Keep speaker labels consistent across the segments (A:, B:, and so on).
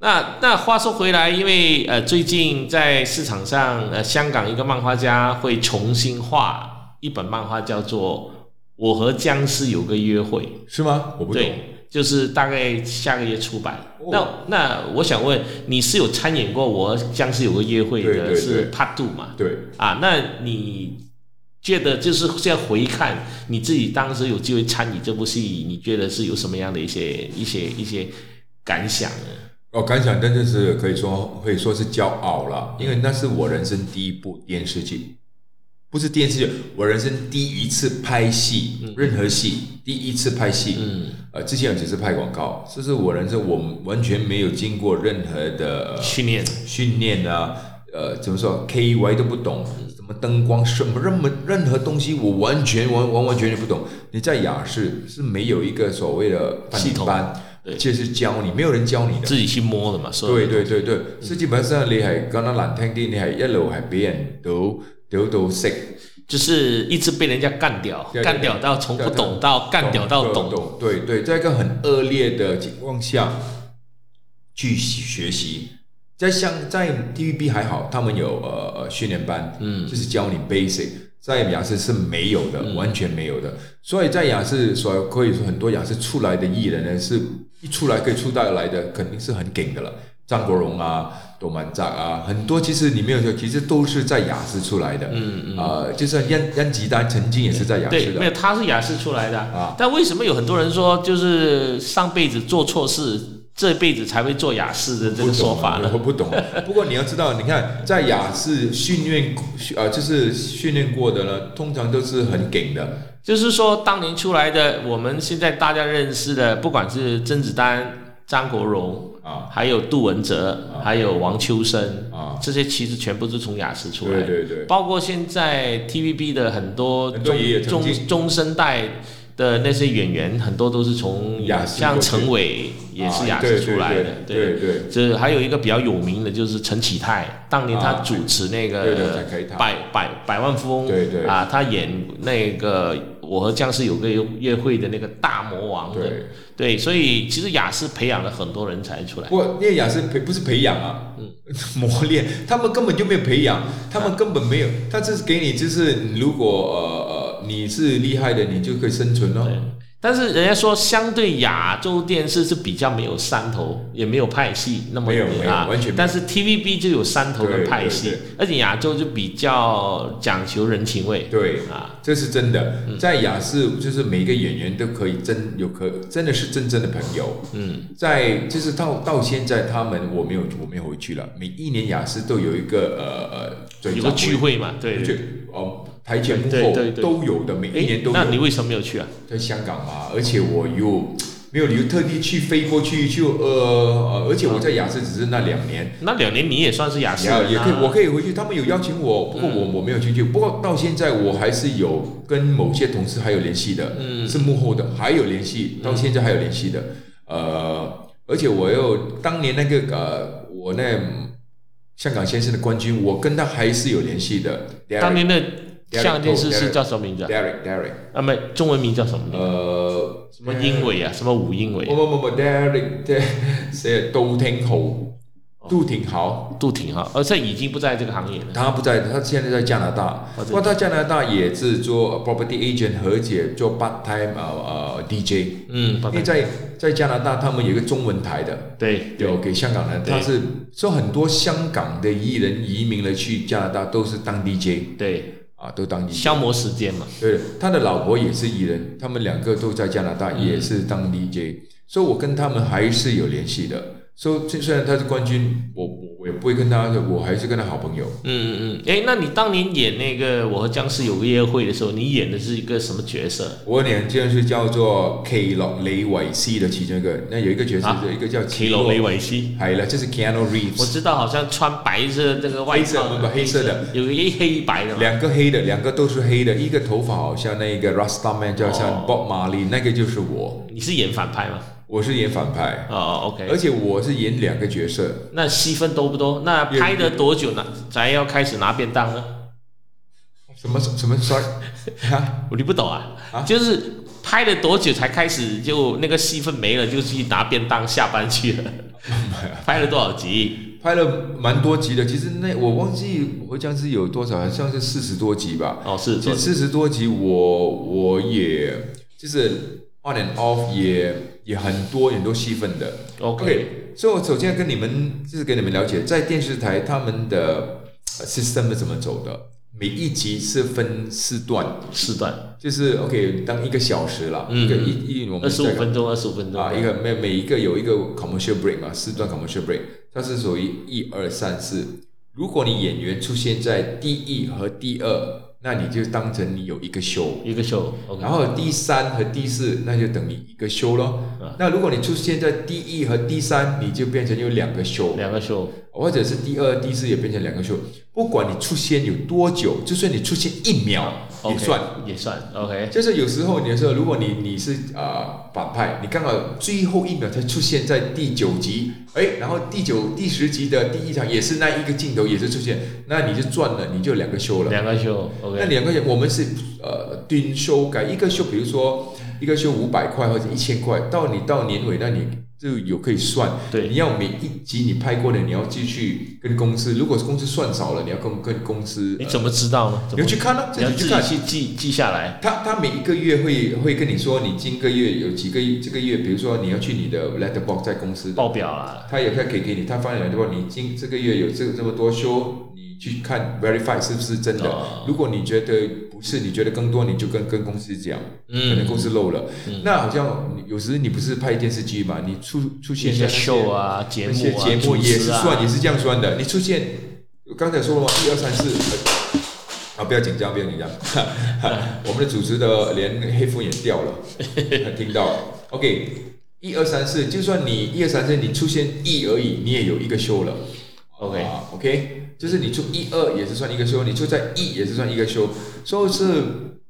A: 那那话说回来，因为呃最近在市场上，呃香港一个漫画家会重新画一本漫画，叫做《我和僵尸有个约会》。
B: 是吗？我不懂。
A: 对，就是大概下个月出版。
B: 哦
A: 那那我想问，你是有参演过《我僵尸有个约会》
B: 对
A: 的
B: 对
A: 是
B: 对
A: Part Two 嘛？
B: 对，
A: 啊，那你觉得就是现在回看你自己当时有机会参与这部戏，你觉得是有什么样的一些一些一些感想呢？
B: 哦，感想真的是可以说可以说是骄傲了，因为那是我人生第一部电视剧，不是电视剧，我人生第一次拍戏，任何戏第一次拍戏。
A: 嗯，
B: 呃，之前我只是拍广告，这是我人生我完全没有经过任何的呃
A: 训练，
B: 训练啊，呃，怎么说 KY 都不懂，什么灯光什么任何任何东西，我完全完完完全全不懂。你在雅士是没有一个所谓的班
A: 系统
B: 班
A: 对，
B: 就是教你，没有人教你的。
A: 自己去摸的嘛，所
B: 對
A: 以
B: 對對對，所以基本上你係講得難聽啲，你係一路係俾人賭賭到識，
A: 就是一直被人家干掉，
B: 对对
A: 干掉到从不懂到干掉到懂，
B: 懂。對對，在一個很惡劣的情況下去學習。在像在 TVB 还好，他们有呃呃训练班，
A: 嗯
B: 就是教你 basic，在雅思是没有的，完全没有的。所以在雅思，所以可以说很多雅思出来的艺人呢，是一出来可以出道来的，肯定是很顶的了。张国荣啊，董满扎啊，很多其实你没有说，其实都是在雅思出来的。
A: 嗯嗯
B: 呃，就像甄甄吉丹曾经也是在雅
A: 对，
B: 思
A: 没有，
B: 的。
A: 他是雅思出来的
B: 啊
A: 但为什么有很多人说，就是上辈子做错事，这辈子才会做雅思的这个说法呢
B: 我？不懂。不过你要知道，你看在雅思训练呃，就是训练过的呢，通常都是很顶的。
A: 就是说，当年出来的，我们现在大家认识的，不管是甄子丹、张国荣，
B: 啊
A: 还有杜文泽，还有王秋生，
B: 啊，
A: 这些其实全部是从雅思出来
B: 对
A: 的。
B: 对对，
A: 包括现在 TVB 的很多
B: 很多也有
A: 中中
B: 曾经
A: 中生代的那些演员，很多都是从
B: 雅思
A: 像
B: 过去
A: 陈伟也是
B: 啊
A: 雅思出来的，
B: 对对对对
A: 这还有一个比较有名的就是陈启泰，当年他
B: 啊
A: 主持那
B: 对对
A: 个
B: 陈启泰
A: 百百百万富翁，
B: 对对
A: 啊，他演那个《我和僵尸有个约会》的那个大魔王的，
B: 对。
A: 对，所以其实雅思培养了很多人才出来
B: 不，过念雅是培不是培养啊，
A: 嗯
B: 磨练，他们根本就没有培养，他们根本没有，他这是给你就是你如果呃呃你是厉害的，你就可以生存咯。
A: 对，但是人家说，相对亚洲电视是比较没有山头，也没有派系那么
B: 没有
A: 啊
B: 没有完全没有
A: 但是 TVB 就有山头跟
B: 对
A: 派
B: 对
A: 系
B: 对，
A: 而且亚洲就比较讲求人情味。
B: 对，
A: 啊，
B: 这是真的，在雅士就是每个演员都可以真有可真的是真正的朋友，
A: 嗯，
B: 在就是到到现在他们我没有我没有回去了，每一年雅士都有一个呃呃
A: 有个聚会嘛，对
B: 就
A: 对。
B: 哦台前幕
A: 对
B: 后
A: 对对
B: 都有的，每一年都有。
A: 那你为什么没有去啊？
B: 在香港嘛，而且我又没有理由特地去飞过去，就呃，呃而且我在雅思只是那两年，
A: 那两年你也算是雅嗯思
B: 然后
A: 人
B: 也可以，我
A: 啊。
B: 可以回去，他们有邀请我，不过我我没有进去，不过到现在我还是有跟某些同事还有联系的，
A: 嗯
B: 是幕后的还有联系，到现在还有联系的，呃，而且我又当年那个呃，我那香港先生的冠军，我跟他还是有联系的
A: 当
B: ，Derek
A: 年的
B: ，Derek，
A: 像电视
B: Derek
A: 是叫什么名字啊？
B: Derek Derek，
A: 啊，没，中文名叫什么名？
B: 呃，
A: 什么英伟啊？什么武英伟
B: 冇？冇冇冇，Derek d e 寫杜廷豪，
A: 哦
B: 杜廷豪，
A: 杜挺哈，而且已经不在这个行业了。
B: 他不在，他现在在加拿大
A: 哦，
B: 不过他加拿大也是做 property agent 和解，做 part time 呃呃 DJ，
A: 嗯，拜
B: 因为
A: 拜
B: 在在加拿大他们有一个中文台的，
A: 对对
B: 有给香港人，
A: 对
B: 他是说很多香港的艺人移民了去加拿大都是当 DJ
A: 对，
B: 啊，都当 DJ，
A: 消磨时间嘛。
B: 对，他的老婆也是艺人，他们两个都在加拿大，也是当 DJ，所以我跟他们还是有联系的。所以虽虽然他是冠军，我我我也不会跟他，我还是跟他好朋友。
A: 嗯嗯，嗯，哎，那你当年演那个《我和僵尸有个约会》的时候，你演的是一个什么角色
B: 我演就是叫做 K 洛雷维斯的其中一个，那有一个角色，
A: 啊
B: 有一个叫
A: ？K
B: 奇
A: 罗
B: 洛
A: 雷，维西，
B: 系啦，就是 Keanu
A: 我
B: Reeves，
A: 知道好像穿白色这个外套的，
B: 黑色的
A: 有一黑一白的嘛。
B: 两个黑的，两个都是黑的，一个头发好像那个 Rasta Man，叫
A: 哦
B: 像 Bob Marley，那个就是我，
A: 你是演反派吗？
B: 我是演反派，
A: 哦
B: 而
A: ，OK。
B: 且我是演两个角色，
A: 那戏份多不多？那拍的多久呢？才要开始拿便当呢？
B: 什么什么 sorry 啊？
A: 你不懂啊？
B: 啊
A: 就是拍了多久才开始就那个戏份没了，就去拿便当下班去了？拍了多少集？
B: 拍了蛮多集的。其实那我忘记我和僵尸有多少，好像是四十多集吧。
A: 哦，是
B: 其实
A: 是
B: 四十多集我我也就是 on and off 也也很多很多戏份的。
A: ，OK，
B: OK，所以我首先跟你们就是给你们了解，在电视台他们的呃 system 是怎么走的。每一集是分四段，
A: 四段，
B: 就是 OK 当一个小时了，
A: 嗯
B: 一个一一我
A: 二
B: 们
A: 十
B: 在
A: 五分钟，二十五分钟
B: 啊，一个每每一个有一个 commercial break 嘛，四段 commercial break，它是属于一二三四。如果你演员出现在第一和第二，那你就当成你有一个 show。
A: 一个 show，OK，
B: 然后第三和第四，那就等于一个 show 咯。
A: 啊
B: 那如果你出现在第一和第三，你就变成有两个 show，
A: 两个 show，
B: 或者是第二、第四也变成两个 show。不管你出现有多久，就算你出现一秒也
A: OK，
B: 算。
A: 也算 OK，
B: 就是有时候你的时候，如果你你是啊、呃反派，你刚好最后一秒才出现在第九集，哎，然后第九第十集的第一场也是那一个镜头也是出现，那你就赚了，你就两个 show 了。
A: 两个 show
B: 那
A: OK，
B: 两个人，我们是呃均修改一个修，比如说一个修五百块或者一千块，到你到年尾，那你就有可以算。
A: 对
B: 你要每一集你拍过的，你要继续跟公司，如果是公司算少了，你要跟跟公司，
A: 你
B: 呃
A: 怎么知道呢？怎
B: 你
A: 么
B: 要去看啊呢、
A: 你要
B: 自
A: 自
B: 己去看
A: 己。去记记下来，
B: 他他每一个月会会跟你说，你今个月有几个这个月，比如说你要去你的 letterbox 在公司，
A: 报表啊啦，
B: 他也会给给你，他放在 letterbox，你今这个月有这这么多修，你去看 verify 是不是真的。
A: 哦
B: 如果你觉得不是，你觉得更多，你就跟跟公司讲，可能
A: 嗯，
B: 公司漏了。
A: 嗯
B: 那好像你有时你不是拍电视剧嘛，你出出
A: 一
B: 现
A: 些
B: 在那些
A: show 啊，节
B: 那
A: 目
B: 些
A: 啊，
B: 节目
A: 主
B: 也是
A: 持啊
B: 算、也是这样算的。你出现，我刚才说了吗？一二三四，呃啊，不要紧张，不要紧张。 哈哈我们的主持的连黑风也掉了，听到了？OK，一二三四，就算你一二三四，你出现一而已，你也有一个秀了。
A: OK
B: 啊 OK，就是你出一二也是算一个秀，你出在一也是算一个秀，所以是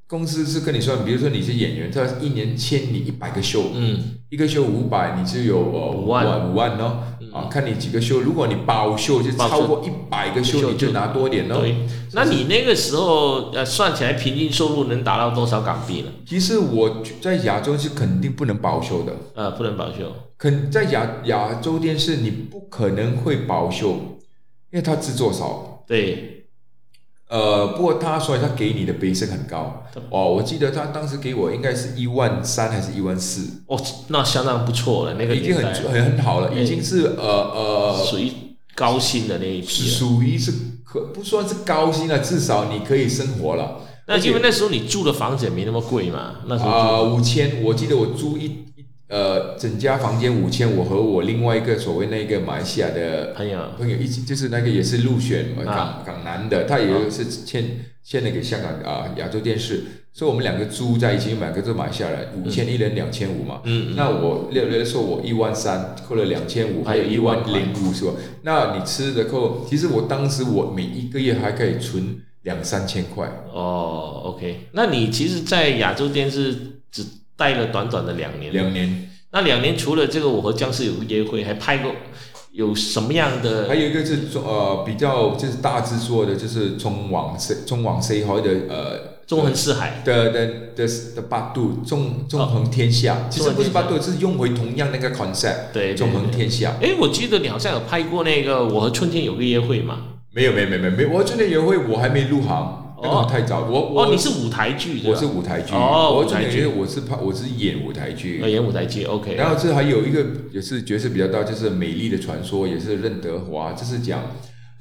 B: 公司是跟你算，比如说你是演员，他一年签你一百个秀，
A: 嗯，
B: 一个秀五百，你就有呃
A: 五
B: 五
A: 万嗯
B: 万五万哦，啊，看你几个秀，如果你包秀就
A: 包秀
B: 超过一百个
A: 秀
B: 秀，你
A: 就
B: 就拿多点哦。
A: 对。那你那个时候呃，算起来平均收入能达到多少港币呢？
B: 其实我在亚洲是肯定不能包秀的，
A: 呃，不能保修，
B: 肯在亚亚洲电视你不可能会包秀，因为它制作少，
A: 对，
B: 呃，不过他所以他给你的 basic 很高哦，我记得他当时给我应该是一万三还是一万四，
A: 哦，那相当不错了，那个
B: 已经
A: 年
B: 很
A: 代
B: 很很好了，
A: 对
B: 已经是呃呃
A: 属于高薪的那一批了。
B: 属于是可不算是高薪了，至少你可以生活了。
A: 那因为那时候你住的房子也没那么贵嘛，那时候
B: 啊五千，我记得我租一一呃整家房间五千，我和我另外一个所谓那个马来西亚的
A: 朋友
B: 朋友一起，就是那个也是入选呃港、
A: 啊
B: 港男的，他也是签签了给香港啊、亚洲电视，所以我们两个租在一起，买个就买下来五千，一人两千五嘛。
A: 嗯
B: 那我六六说我一万三扣了两千五，
A: 还
B: 还
A: 有
B: 有
A: 一
B: 一
A: 万
B: 万
A: 块
B: 零五是吧？那你吃的扣，其实我当时我每一个月还可以存两三千块。
A: 哦，OK，那你其实，在亚洲电视只待了短短的两年，
B: 两年，
A: 那两年除了这个《我和僵尸有个约会》，还拍过有什么样
B: 还
A: 的？
B: 有一个是中呃比较就是大制作的，就是中网 C 中网 C 或的呃
A: 纵横四海，
B: 的的的的八度纵纵横天下，
A: 哦
B: 其实不是八度，是用回同样那个 concept，
A: 对，对
B: 纵横。天下。
A: 哎，诶我记得你好像有拍过那个《我和春天有个约会》嘛？
B: 没有没有没有没有没有，我春天约会我还没入行，那
A: 哦
B: 个太早。我
A: 哦，
B: 我
A: 你是舞台剧对
B: 我
A: 吧
B: 是舞台剧，
A: 哦
B: 我
A: 舞
B: 春
A: 台
B: 天
A: 剧
B: 约会我是拍我是演舞台剧
A: 呃，演舞台剧，OK。
B: 然后这还有一个也是角色比较大，就是《美丽的传说》，也是任德华，这是讲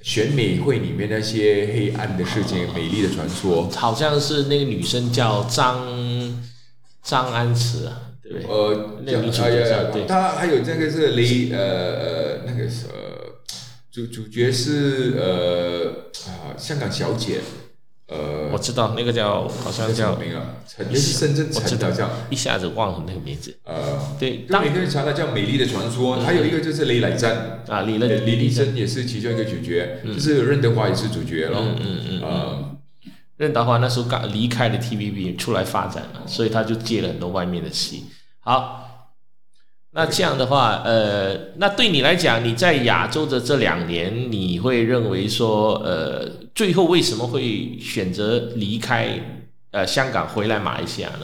B: 选美会里面那些黑暗的事情，《美丽的传说》。
A: 好像是那个女生叫张张安慈啊，对不对？
B: 呃，
A: 那个女主
B: 哎
A: 角
B: 呀
A: 叫
B: 呀
A: 对
B: 他还有这个是雷呃呃那个是呃主主角是呃啊香港小姐，呃
A: 我知道那个叫好像
B: 什么
A: 叫
B: 名啊？陈也是深圳
A: 我知
B: 陈
A: 道
B: 好像
A: 一下子忘了那个名字。
B: 呃，
A: 对，
B: 就
A: 当
B: 每个人查到叫《美丽的传说》，还有一个就是雷乃赞，
A: 啊李
B: 呃
A: 仁
B: 李丽珍也是其中一个主角，就是任德华也是主角咯，
A: 嗯嗯嗯，
B: 呃
A: 任达华那时候刚离开了 TVB 出来发展了，所以他就接了很多外面的戏。好，那这样的话，呃，那对你来讲，你在亚洲的这两年，你会认为说，呃，最后为什么会选择离开呃香港回来马来西亚呢？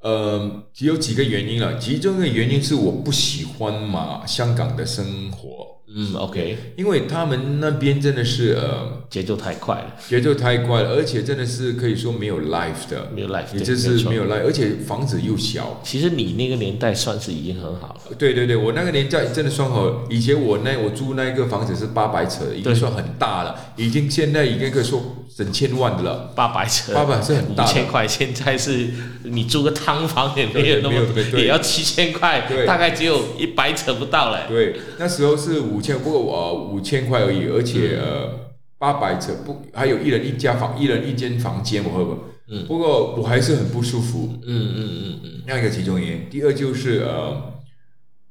B: 呃，只有几个原因了，其中一个原因是我不喜欢嘛香港的生活，
A: 嗯，OK，
B: 因为他们那边真的是呃
A: 节奏太快了，
B: 节奏太快了，而且真的是可以说没有 life 的，
A: 没有 life，
B: 你
A: 对
B: 这
A: 没有
B: 是
A: 错
B: 没有 life，而且房子又小，
A: 其实你那个年代算是已经很好了，
B: 对对对，我那个年代真的算好。以前我那我租那个房子是八百尺，已经
A: 对
B: 算很大了，已经现在已经可以说整千万的了。
A: 八百车，
B: 八百是很大
A: 五
B: 的
A: 千块，现在是你租个汤房也没有那么
B: 对对对
A: 多，
B: 对
A: 也要七千块
B: 对，
A: 大概只有一百扯不到嘞。
B: 对，那时候是五千，不过我五千块而已，而且
A: 嗯
B: 呃八百尺不，还有一人一家房，一人一间房间，我会不？
A: 嗯
B: 不过我还是很不舒服。
A: 嗯嗯嗯嗯，
B: 那个其中原因，第二就是呃，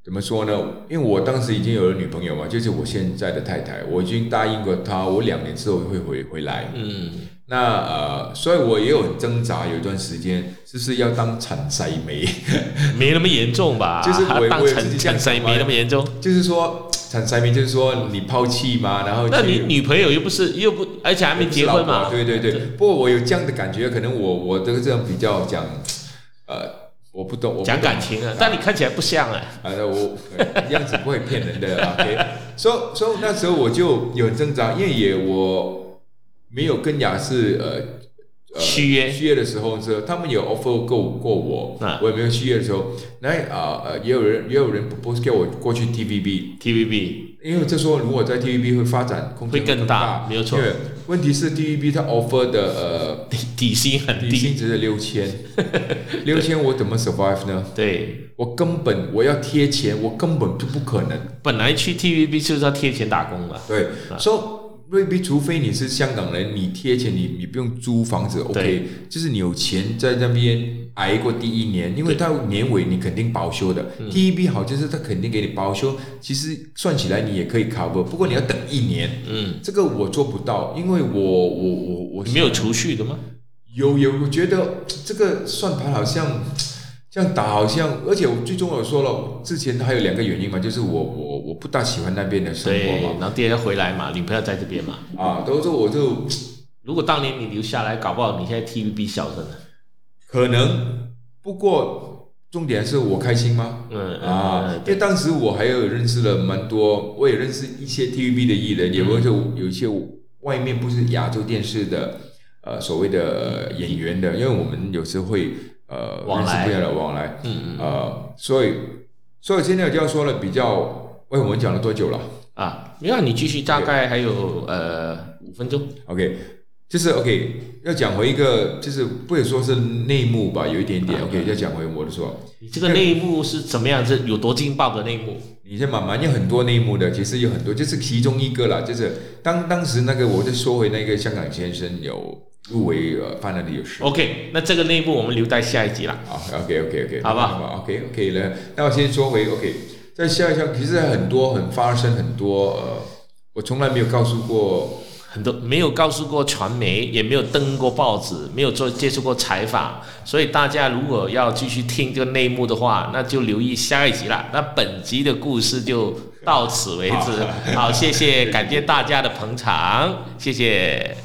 B: 怎么说呢？因为我当时已经有了女朋友嘛，就是我现在的太太，我已经答应过她，我两年之后会回回来。
A: 嗯，
B: 那呃，所以我也有挣扎，有一段时间是不是要当产塞梅？
A: 没那么严重吧？啊
B: 就是嗯我
A: 当
B: 我也自己
A: 成
B: 这样
A: 成谁
B: 想嘛
A: 没那么严重？
B: 就是说产塞梅，就是说你抛弃嘛，然后
A: 那你
B: 去
A: 女朋友又不是又不，而且还没结婚嘛？
B: 对对对。不过我有这样的感觉，可能我我这个这样比较讲，呃，我不懂，我不
A: 讲
B: 懂
A: 感情啊，但你看起来不像哎。
B: 啊，那我样子不会骗人的。OK，所以所以那时候我就有很挣扎，因为也我没有跟雅士呃呃
A: 续约
B: 续约的时候是他们有 offer 过过我，
A: 啊
B: 我也没有续约的时候，那啊呃也有人也有人 propose 给我过去 TVB，
A: TVB
B: 因为这时候如果在 TVB 会发展空间
A: 会更
B: 更
A: 大没有错
B: 因为问题是 TVB 它 offer 的呃
A: 底底薪很
B: 底薪
A: 低，
B: 只是 六千，六千我怎么 survive 呢？
A: 对，
B: 我根本我要贴钱，我根本就不可能。
A: 本来去 TVB 就是要贴钱打工嘛。
B: 对，
A: 啊
B: 说未必，除非你是香港人，你贴钱，你你不用租房子，OK，就是你有钱在那边挨过第一年，因为到年尾你肯定保修的。
A: 嗯
B: 第一笔好就是他肯定给你保修，其实算起来你也可以 cover，不过你要等一年，
A: 嗯，
B: 这个我做不到，因为我我我我
A: 你没有储蓄的吗？
B: 有有，我觉得这个算盘好像这样打，好像，而且我最终我说了，之前还有两个原因嘛，就是我我我不大喜欢那边的生
A: 对
B: 活，嘛，
A: 然后第二天回来嘛，女朋友在这边嘛。
B: 啊，都是我就
A: 如果当年你留下来，搞不好你现在 TVB 小着呢。
B: 可能，不过重点是我开心吗？
A: 嗯
B: 啊，因为当时我还有认识了蛮多，我也认识一些 TVB 的艺人，
A: 嗯
B: 也认识有一些外面不是亚洲电视的呃所谓的呃演员的，因为我们有时候会呃
A: 往
B: 认识
A: 来
B: 不一样的往来，
A: 嗯嗯
B: 呃，所以所以现在就要说了比较，喂，我们讲了多久了
A: 啊，没有啊，你继续，大概还有呃五分钟。
B: ？OK，就是 OK，要讲回一个，就是不能说是内幕吧，有一点
A: 啊
B: 点 OK，要讲回我的说，
A: 你这个内幕是怎么样？这有多劲爆的内幕？
B: 你先慢慢有很多内幕的，其实有很多，就是其中一个啦，就是当当时那个，我就说回那个香港先生有入围呃犯案的有事。
A: OK，那这个内幕我们留待下一集啦。
B: 好，OK OK OK，
A: 好吧
B: ，OK OK 了。那我先说回 OK，在下一项，其实很多很发生很多呃，我从来没有告诉过
A: 很多没有告诉过传媒，也没有登过报纸，没有做接受过采访，所以大家如果要继续听这个内幕的话，那就留意下一集啦。那本集的故事就到此为止，好，谢谢，感谢大家的捧场，谢谢。